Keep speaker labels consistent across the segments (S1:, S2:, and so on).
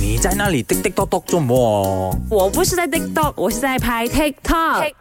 S1: 你在那里叮叮咚咚做么？
S2: 我不是在 TikTok，我是在拍 TikTok。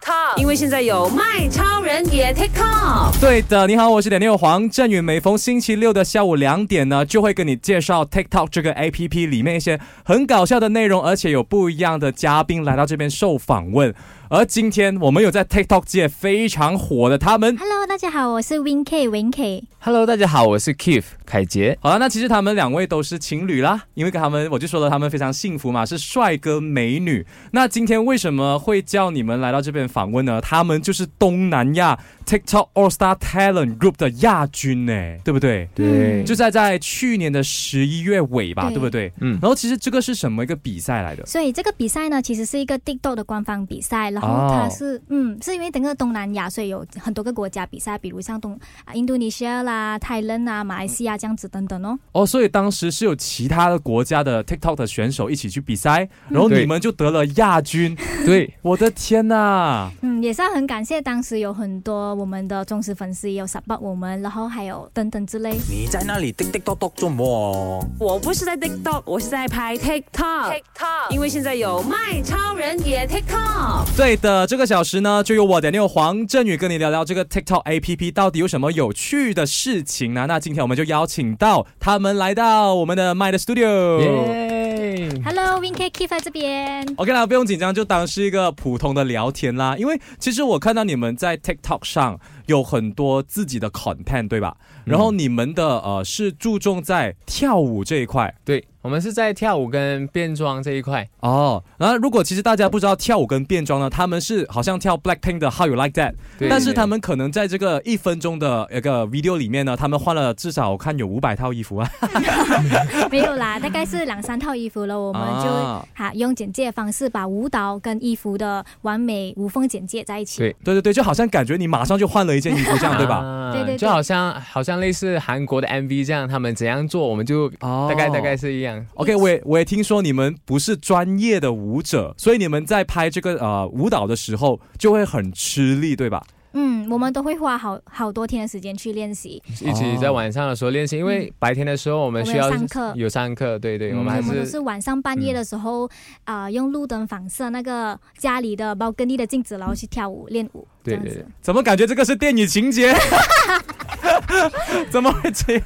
S3: TikTok，
S2: 因为现在有卖超人也 TikTok。
S4: 对的，你好，我是点六黄振宇。每逢星期六的下午两点呢，就会跟你介绍 TikTok 这个 APP 里面一些很搞笑的内容，而且有不一样的嘉宾来到这边受访问。而今天我们有在 TikTok 界非常火的他们。
S5: Hello，大家好，我是 Win K Win K。
S6: Hello，大家好，哦我是 Keith 凯杰。
S4: 好了，那其实他们两位都是情侣啦，因为跟他们我就说了，他们非常幸福嘛，是帅哥美女。那今天为什么会叫你们来到这边访问呢？他们就是东南亚 TikTok All Star Talent Group 的亚军呢、对不对？
S5: 嗯
S6: 对
S4: 就在在去年的十一月尾吧，
S5: 对
S4: 对不对？
S6: 嗯
S4: 然后其实这个是什么一个比赛来的？
S5: 所以这个比赛呢，其实是一个 TikTok 的官方比赛，然后
S4: 哦
S5: 它是、嗯，是因为整个东南亚，所以有很多个国家比赛，比如像东啊印度尼西亚啦、泰伦啊、马来西亚这样子等等哦。
S4: 哦，所以当时是有其他的国家的 TikTok 的选手一起去比赛，然后
S6: 嗯对
S4: 你们就得了亚军。
S6: 对，
S4: 我的天呐！
S5: 嗯，也是要很感谢当时有很多我们的忠实粉丝也有 support 我们，然后还有等等之类。
S1: 你在那里叮叮咚咚做么？
S2: 我不是在 TikTok，我是在拍 TikTok。
S3: TikTok，
S2: 因为现在有卖超人也 TikTok。
S4: 对的，这个小时呢，就由我的六黄振宇跟你聊聊这个 TikTok APP 到底有什么有趣的事情呢？那今天我们就邀请到他们来到我们的麦的 Studio。
S6: 哦耶
S5: Hello Win K Keep 在这边。
S4: OK 啦，不用紧张，就当是一个普通的聊天啦。因为其实我看到你们在 TikTok 上有很多自己的 content，对吧？然后你们的呃是注重在跳舞这一块
S6: 对，我们是在跳舞跟变装这一块。
S4: 哦。然后如果其实大家不知道跳舞跟变装呢，他们是好像跳 Blackpink 的 How You Like That，
S6: 对
S4: 但是他们可能在这个一分钟的一个 video 里面呢，他们换了至少我看有五百套衣服啊。
S5: 没有啦，大概是两三套衣服了，我们就
S4: 啊
S5: 哈、用简介的方式把舞蹈跟衣服的完美无缝简介在一起。
S6: 对
S4: 对对对，就好像感觉你马上就换了一件衣服这样，对 吧？
S6: 啊
S5: 对对对
S6: 就好像好像类似韩国的 MV 这样，他们怎样做，我们就
S4: 哦
S6: 大概、大概是一样。
S4: OK，我也我也听说你们不是专业的舞者，所以你们在拍这个呃舞蹈的时候就会很吃力，对吧？
S5: 嗯，我们都会花好好多天的时间去练习。
S6: 一起在晚上的时候练习，因为白天的时候我们需要
S5: 我们有上课
S6: 有上课，对对，
S4: 嗯
S6: 我们还
S5: 我们都
S6: 是
S5: 是晚上半夜的时候，啊、用路灯反射那个家里的包跟地的镜子，然后去跳舞练舞，这
S6: 对
S5: 样
S6: 对
S5: 子
S6: 对。
S4: 怎么感觉这个是电影情节？ 怎么会这样？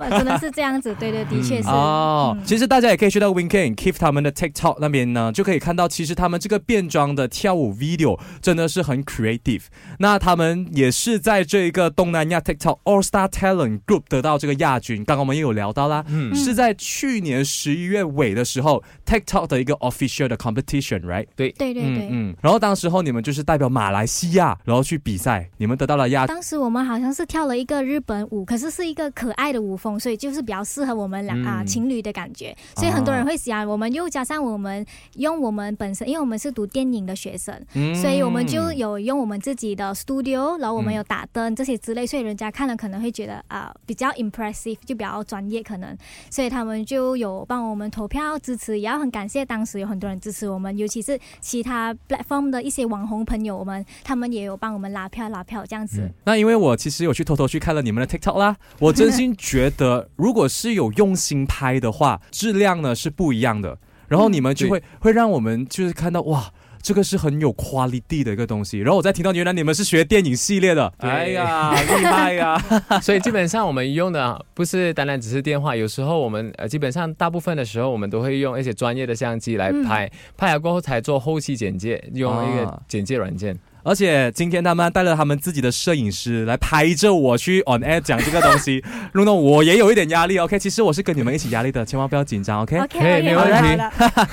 S5: 哇真的是这样子，对对，的确是。
S4: 哦，
S5: 嗯
S4: 其实大家也可以去到 Wink and Keep 他们的 TikTok 那边呢，就可以看到，其实他们这个变装的跳舞 video 真的是很 creative。那他们也是在这个东南亚 TikTok All Star Talent Group 得到这个亚军，刚刚我们也有聊到啦，
S6: 嗯
S4: 是在去年十一月尾的时候 TikTok 的一个 official 的 competition，right？
S5: 对对对。
S4: 嗯，然后当时候你们就是代表马来西亚，然后去比赛，你们得到了亚
S5: 当时我们好像是跳了一个日本舞，可是是一个可爱的舞风，所以就是比较适合我们俩、啊
S6: 嗯
S5: 情侣的感觉，所以很多人会喜欢我们。又加上我们用我们本身，因为我们是读电影的学生，
S4: 嗯
S5: 所以我们就有用我们自己的 studio，然后我们
S4: 嗯
S5: 有打灯这些之类，所以人家看了可能会觉得啊、比较 impressive，就比较专业可能，所以他们就有帮我们投票支持，也要很感谢当时有很多人支持我们，尤其是其他 platform 的一些网红朋友们，他们也有帮我们拉票拉票这样子。
S4: 嗯那因为我其实有去偷偷去看了你们的 TikTok 啦，我真心觉得，如果是有用心拍的话，质量呢是不一样的。然后你们就会、会让我们就是看到哇，这个是很有 quality 的一个东西。然后我再听到原来你们是学电影系列的，
S6: 对
S4: 哎呀，厉害呀！
S6: 所以基本上我们用的啊不是单单只是电话，有时候我们呃基本上大部分的时候我们都会用一些专业的相机来
S5: 嗯
S6: 拍，拍了过后才做后期剪接，用一
S4: 啊
S6: 个剪接软件。
S4: 而且今天他们带了他们自己的摄影师来拍着我去 on air 讲这个东西，弄得我也有一点压力。OK，其实我是跟你们一起压力的，千万不要紧张。OK，
S5: OK，
S6: 可以没问题。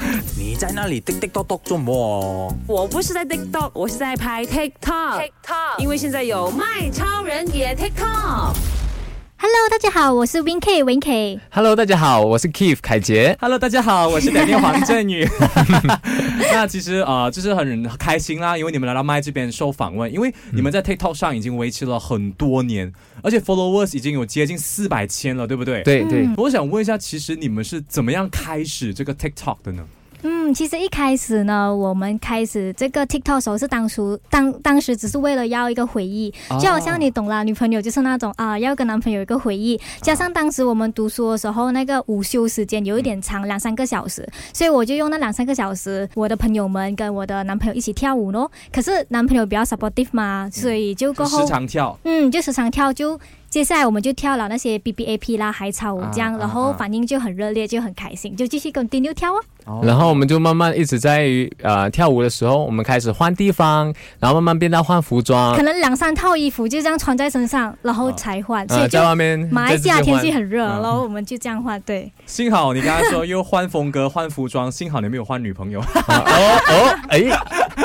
S1: 你在那里叮叮咚咚做么？
S2: 我不是在 TikTok，我是在拍 TikTok。
S3: TikTok，
S2: 因为现在有卖超人也 TikTok。
S5: Hello，大家好，我是 Win K Win K。
S6: Hello，大家好，我是 Keith 凯杰。
S4: Hello，大家好，我是改天黄振 宇。那其实啊、呃就是很开心啦，因为你们来到麦这边受访问，因为你
S6: 嗯
S4: 们在 TikTok 上已经维持了很多年，而且 followers 已经有接近四百哎千了，对不对？。
S5: 嗯
S6: 对对，
S4: 我想问一下，其实你们是怎么样开始这个 TikTok 的呢？
S5: 嗯，其实一开始呢，我们开始这个 TikTok 的时候是当初当当时只是为了要一个回忆，
S4: 哦
S5: 就好像你懂啦，女朋友就是那种啊，要跟男朋友有一个回
S4: 啊
S5: 忆，加上当时我们读书的时候，那个午休时间有一点长，两三个小时，所以我就用那两三个小时，我的朋友们跟我的男朋友一起跳舞咯。可是男朋友比较 supportive 嘛，所以就过后
S4: 嗯啊时，常跳，
S5: 嗯，就时常跳就。接下来我们就跳了那些 B B A P 啦、海草舞这样，
S4: 啊啊啊
S5: 然后反应就很热烈，就很开心，就继续跟 d i 跳哦。
S6: 然后我们就慢慢一直在于呃跳舞的时候，我们开始换地方，然后慢慢变到换服
S4: 啊
S6: 装
S5: 可，能两三套衣服就这样穿在身上，然后才
S4: 啊
S5: 换，所
S6: 呃，
S5: 以就
S6: 在外面
S5: 马来西亚
S6: 在这
S5: 天
S6: 边
S5: 气
S6: 换
S5: 很热，
S4: 嗯
S5: 然后我们就这样换，对，
S4: 幸好你刚才说又换风格、换服装，幸好你没有换女朋友。
S6: 啊哦哦，哎，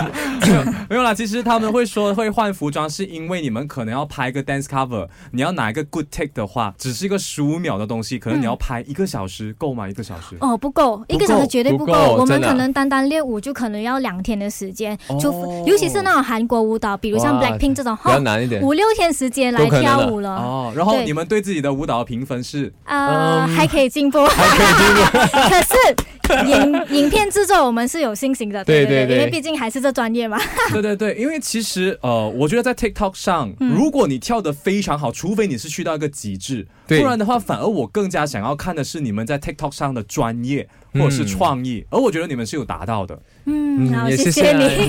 S4: 没有啦，其实他们会说会换服装，是因为你们可能要拍一个 dance cover，你要拿一个 good take 的话，只是一个十五秒的东西，可能你要拍一个小时，够吗？一个小时？
S5: 哦，不够，一个小时绝对不
S6: 不够
S5: 够，我们
S6: 真的啊
S5: 可能单单练舞就可能要两天的时间
S4: 哦，
S5: 除非尤其是那种韩国舞蹈，比如像
S6: 哇
S5: Blackpink 这种，
S6: 比较
S5: 哦
S6: 难一点。
S5: 五六天时间来
S6: 都可能的
S5: 跳舞了，
S4: 哦，然后
S5: 对
S4: 你们对自己的舞蹈的评分 是
S5: 呃，
S6: 嗯
S5: 还可以 进步， 可是影影片制作我们是有信心的，
S6: 对对
S5: 对
S6: 对
S5: 因为毕竟还是这专业 嘛，
S4: 对对对，因为其实呃，我觉得在 TikTok 上，
S5: 嗯
S4: 如果你跳得非常好，除非你是去到一个极致，
S6: 对
S4: 不然的话，反而我更加想要看的是你们在 TikTok 上的专业或
S6: 嗯
S4: 者是创意，而我觉得你们是有达到的。
S5: 嗯，好，
S6: 也
S5: 谢
S6: 谢啊
S5: 你。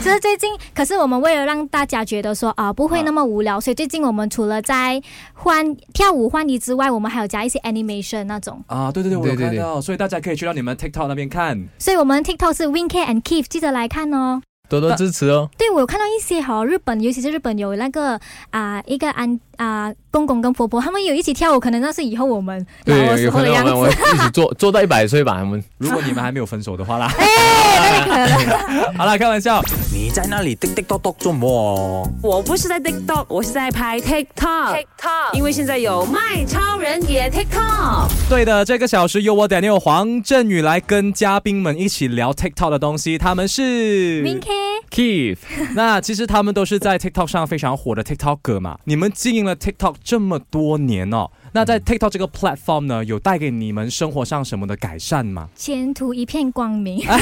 S5: 其实最近，可是我们为了让大家觉得说啊、不会那么无聊，所以最近我们除了在换跳舞换衣之外，我们还有加一些 animation 那种。
S4: 啊，对对对，我有
S6: 对对
S4: 看到，所以大家可以去到你们 TikTok 那边看。
S5: 所以我们 TikTok 是 Winky and Keith，记得来看哦。
S6: 多多支持哦。
S5: 对，我有看到一些哈、日本，尤其是日本有那个啊、一个安啊、公公跟婆婆，他们有一起跳舞，可能那是以后我们老的
S6: 对，
S5: 时
S6: 有
S5: 候
S6: 可
S5: 的
S6: 能我
S5: 样
S6: 们
S5: 子。
S6: 我们一起做做到一百岁吧，我们
S4: 如果你们还没有分手的话啦，
S5: 哎，那可能。
S4: 好啦，开玩笑。
S1: 你在那里叮叮咚咚做么？
S2: 我不是在 TikTok，我是在拍 TikTok。
S3: TikTok，
S2: 因为现在有卖超人也 TikTok。
S4: 对的，这个小时由我 Daniel 黄振宇来跟嘉宾们一起聊 TikTok 的东西，他们是
S5: Winky，
S6: Keith
S4: 那其实他们都是在 TikTok 上非常火的 TikToker 嘛。你们经营了 TikTok 这么多年哦，那
S5: 嗯
S4: 在 TikTok 这个 platform 呢，有带给你们生活上什么的改善 吗？
S5: 前途一片光明。
S6: 啊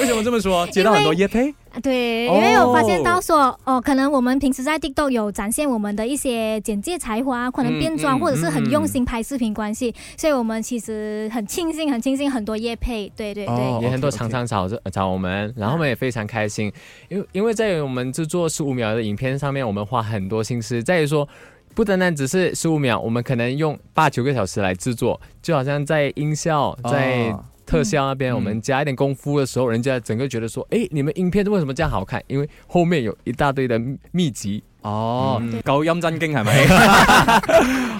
S4: 为什么这么说？接到很多业配
S5: 啊对，
S4: 哦
S5: 因为我发现到说，哦可能我们平时在 TikTok 有展现我们的一些简介才华，可能变装、
S6: 嗯
S5: 或者是很
S6: 嗯
S5: 用心拍视频关系，所以我们其实很庆幸，很庆幸很多业配，对对对。
S4: 哦
S6: 也很多
S4: OK，OK
S6: 厂商找着呃找我们，然后我们也非常开心，因为因为在我们制作十五秒的影片上面，我们花很多心思，在于说。不单单只是十五秒，我们可能用八九个小时来制作，就好像在音效、在
S4: 哦
S6: 特效那边，
S4: 嗯
S6: 我们加一点功夫的时候，人家整个觉得说，哎，你们影片为什么这样好看？因为后面有一大堆的秘籍，
S4: 哦
S6: 嗯，
S4: 搞阴真 经系咪？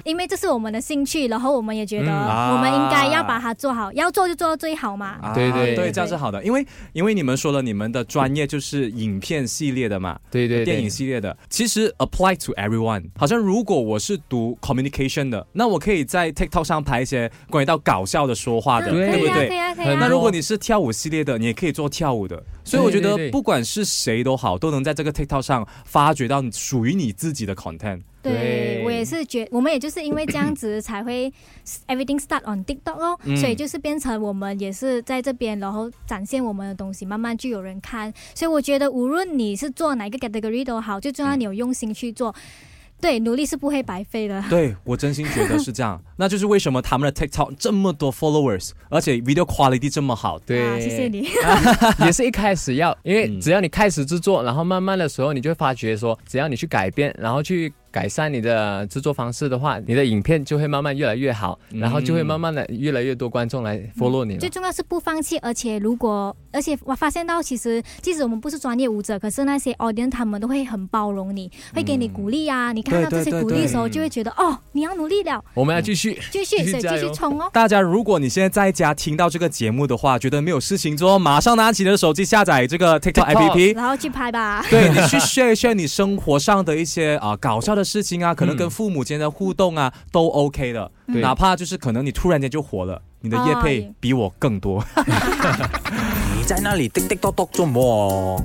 S5: 因为这是我们的兴趣，然后我们也觉得
S4: 嗯啊
S5: 我们应该要把它做好，要做就做到最好嘛。
S4: 啊
S6: 对对
S4: 对，这样是好的，因为因为你们说了，你们的专业就是影片系列的嘛，
S6: 对对对，
S4: 电影系列的，其实 apply to everyone。好像如果我是读 communication 的，那我可以在 TikTok 上拍一些关于到搞笑的说话的，
S5: 嗯可
S4: 对
S5: 以
S4: 不
S5: 啊，
S4: 对
S5: 可？以啊，可以
S6: 很
S4: 那
S5: 啊。
S4: 如果你是跳舞系列的，你也可以做跳舞的。所以我觉
S6: 对
S4: 得
S6: 对对
S4: 不管是谁都好，都能在这个 TikTok 上发掘到属于你自己的 content。
S5: 对
S6: 对
S5: 我也是觉，我们也就是因为这样子才会 everything start on TikTok 咯，
S4: 嗯
S5: 所以就是变成我们也是在这边，然后展现我们的东西，慢慢就有人看。所以我觉得无论你是做哪一个 category 都好，最重要你有用心去做，
S4: 嗯
S5: 对，努力是不会白费的。
S4: 对我真心觉得是这 样，那就是为什么他们的 TikTok 这么多 followers，而且 video quality 这么好。
S6: 对、
S5: 啊，谢谢你。
S6: 也是一开始要，因为
S4: 嗯
S6: 只要你开始制作，然后慢慢的时候，你就会发觉说，只要你去改变，然后去改善你的制作方式的话，你的影片就会慢慢越来越好，
S4: 嗯
S6: 然后就会慢慢的越来越多观众来 follow 你了
S5: 最。重要是不放弃，而且如果，而且我发现到，其实即使我们不是专业舞者，可是那些 audience 他们都会很包容你，会给你鼓励啊。你看到
S4: 对对
S5: 这些
S4: 对
S5: 鼓励的时候，
S6: 对
S5: 就会觉得哦，你要努力了，
S6: 我们要继续，
S5: 继续，
S6: 继续
S5: 所以
S6: 加
S5: 继续
S6: 油
S5: 冲哦。
S4: 大家，如果你现在在家听到这个节目的话，觉得没有事情做，马上拿起你的手机下载这个 TikTok
S6: TikTok
S4: APP。
S5: 然后去拍吧。
S4: 对你去 share 一 share 你生活上的一些啊、搞笑的事情啊，可能
S6: 嗯
S4: 跟父母间的互动啊，都 OK 的。
S6: 对
S4: 哪怕就是可能你突然间就火了，你的业
S5: 哎
S4: 配比我更多。
S1: 你在那里叮叮咚咚做么？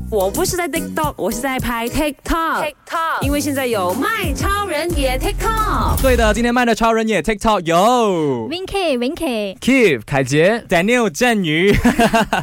S2: 我不是在 TikTok，我是在拍 TikTok，
S3: TikTok
S2: 因为现在有卖超人也 TikTok。
S4: 对的，今天卖的超人也 TikTok 有
S5: Winky Winky，
S6: Keep 凯杰，
S4: Daniel 振宇。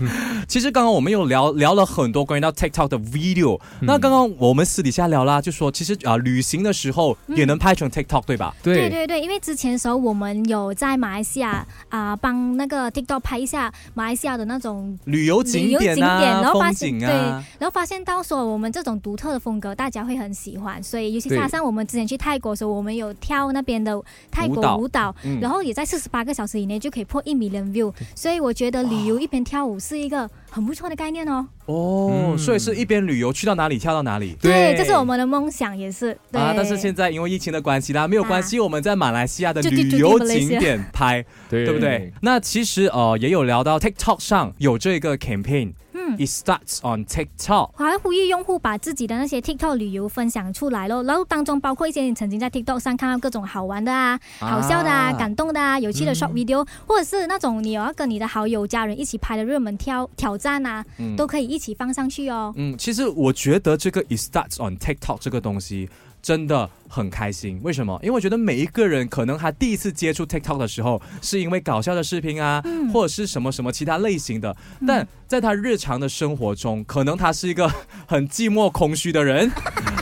S6: 嗯
S4: 其实刚刚我们有聊聊了很多关于到 TikTok 的 video，、那
S6: 嗯
S4: 刚刚我们私底下聊啦，就说其实啊、旅行的时候
S5: 嗯
S4: 也能拍成 TikTok 对吧？
S5: 对
S6: 对
S5: 对对，因为之前的时候我们有在马来西亚啊、帮那个 TikTok 拍一下马来西亚的那种。
S4: 旅游景点啊，
S5: 旅游景点然后
S4: 风
S5: 发现
S4: 景啊，
S5: 然后发现到说我们这种独特的风格，大家会很喜欢，所以尤其
S6: 对
S5: 加上我们之前去泰国的时候，我们有跳那边的泰
S4: 舞
S5: 国
S4: 蹈
S5: 舞蹈，
S4: 嗯
S5: 然后也在四十八个小时以内就可以破一 million view，所以我觉得旅游一边跳舞是一个很不错的概念哦。
S4: 哦，
S6: 嗯
S4: 所以是一边旅游去到哪里跳到哪里。
S6: 对
S5: 这是我们的梦想，也是对
S4: 啊！但是现在因为疫情的关系啦，没有关系，我们在马来西亚的
S5: 就就
S4: 旅
S5: 就
S4: 游
S5: 就马来西
S4: 景
S5: 亚
S4: 点拍，
S6: 对
S4: 对不对？？那其实呃，也有聊到 TikTok 上有这个 campaign，
S5: 嗯
S4: ，It starts on TikTok。
S5: 我还呼吁用户把自己的那些 TikTok 旅游分享出来咯，然后当中包括一些你曾经在 TikTok 上看到各种好玩的啊、好笑的啊、感动的啊、有趣
S4: 嗯
S5: 的 short video，、或者是那种你有要跟你的好友、家人一起拍的热门挑挑战啊，
S4: 嗯
S5: 都可以一起放上去哦。
S4: 嗯，其实我觉得这个 It starts on TikTok 这个东西真的很开心。为什么？因为我觉得每一个人可能他第一次接触 TikTok 的时候，是因为搞笑的视频啊，或者是什么什么其他类型的，但在他日常的生活中，可能他是一个 很寂寞空虚的人。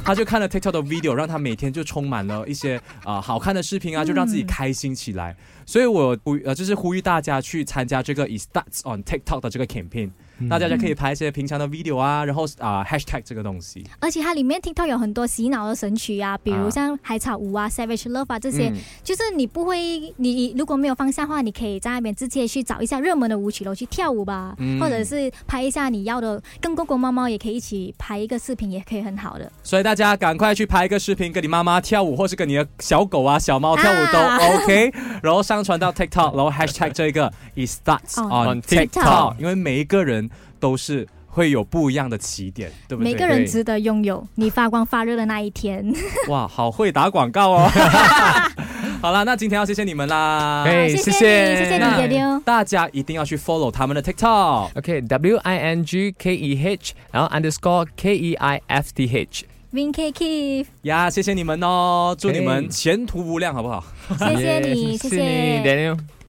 S4: 他就看了 TikTok 的 video，让他每天就充满了一些啊、好看的视频啊，就让自己开心起来。所以我呼呃就是呼吁大家去参加这个 It Starts on TikTok 的这个 campaign，、大家就可以拍一些平常的 video 啊，然后啊、hashtag 这个东西。
S5: 而且它里面 TikTok 有很多洗脑的神曲啊，比
S4: 啊
S5: 如像海草舞啊、Savage Love 啊这些，
S6: 嗯
S5: 就是你不会，你如果没有方向的话，你可以在那边直接去找一下热门的舞曲咯，去跳舞吧，
S4: 嗯
S5: 或者是拍一下你要的，跟狗狗、猫猫也可以一起拍一个视频，也可以很好的。
S4: 所以大家赶快去拍一个视频，跟你妈妈跳舞，或是跟你的小狗啊、小猫跳舞都
S5: 啊
S4: OK，、然后上传到 TikTok，然后 hashtag 这 个 It Starts
S5: On
S4: on
S6: TikTok
S4: TikTok，因为每一个人都是会有不一样的起点，对不对？
S5: 每个人值得拥有你发光发热的那一天。
S4: 哇，好会打广告 哦！好啦，那今天要谢谢你们啦，
S6: 哎，
S5: 谢
S6: 谢
S5: 谢你，谢谢
S4: 那
S5: 你，爹爹。
S4: 大家一定要去 follow 他们的 TikTok。
S6: OK W I N G K E H，然后 underscore K E I F T H。
S5: Win K Keith，
S4: 呀谢谢你们哦，祝你们
S6: 嘿
S4: 前途无量，好不好？
S5: 谢
S6: Yeah，
S5: 谢你，谢
S6: 谢你
S5: 谢。
S6: ，Daniel。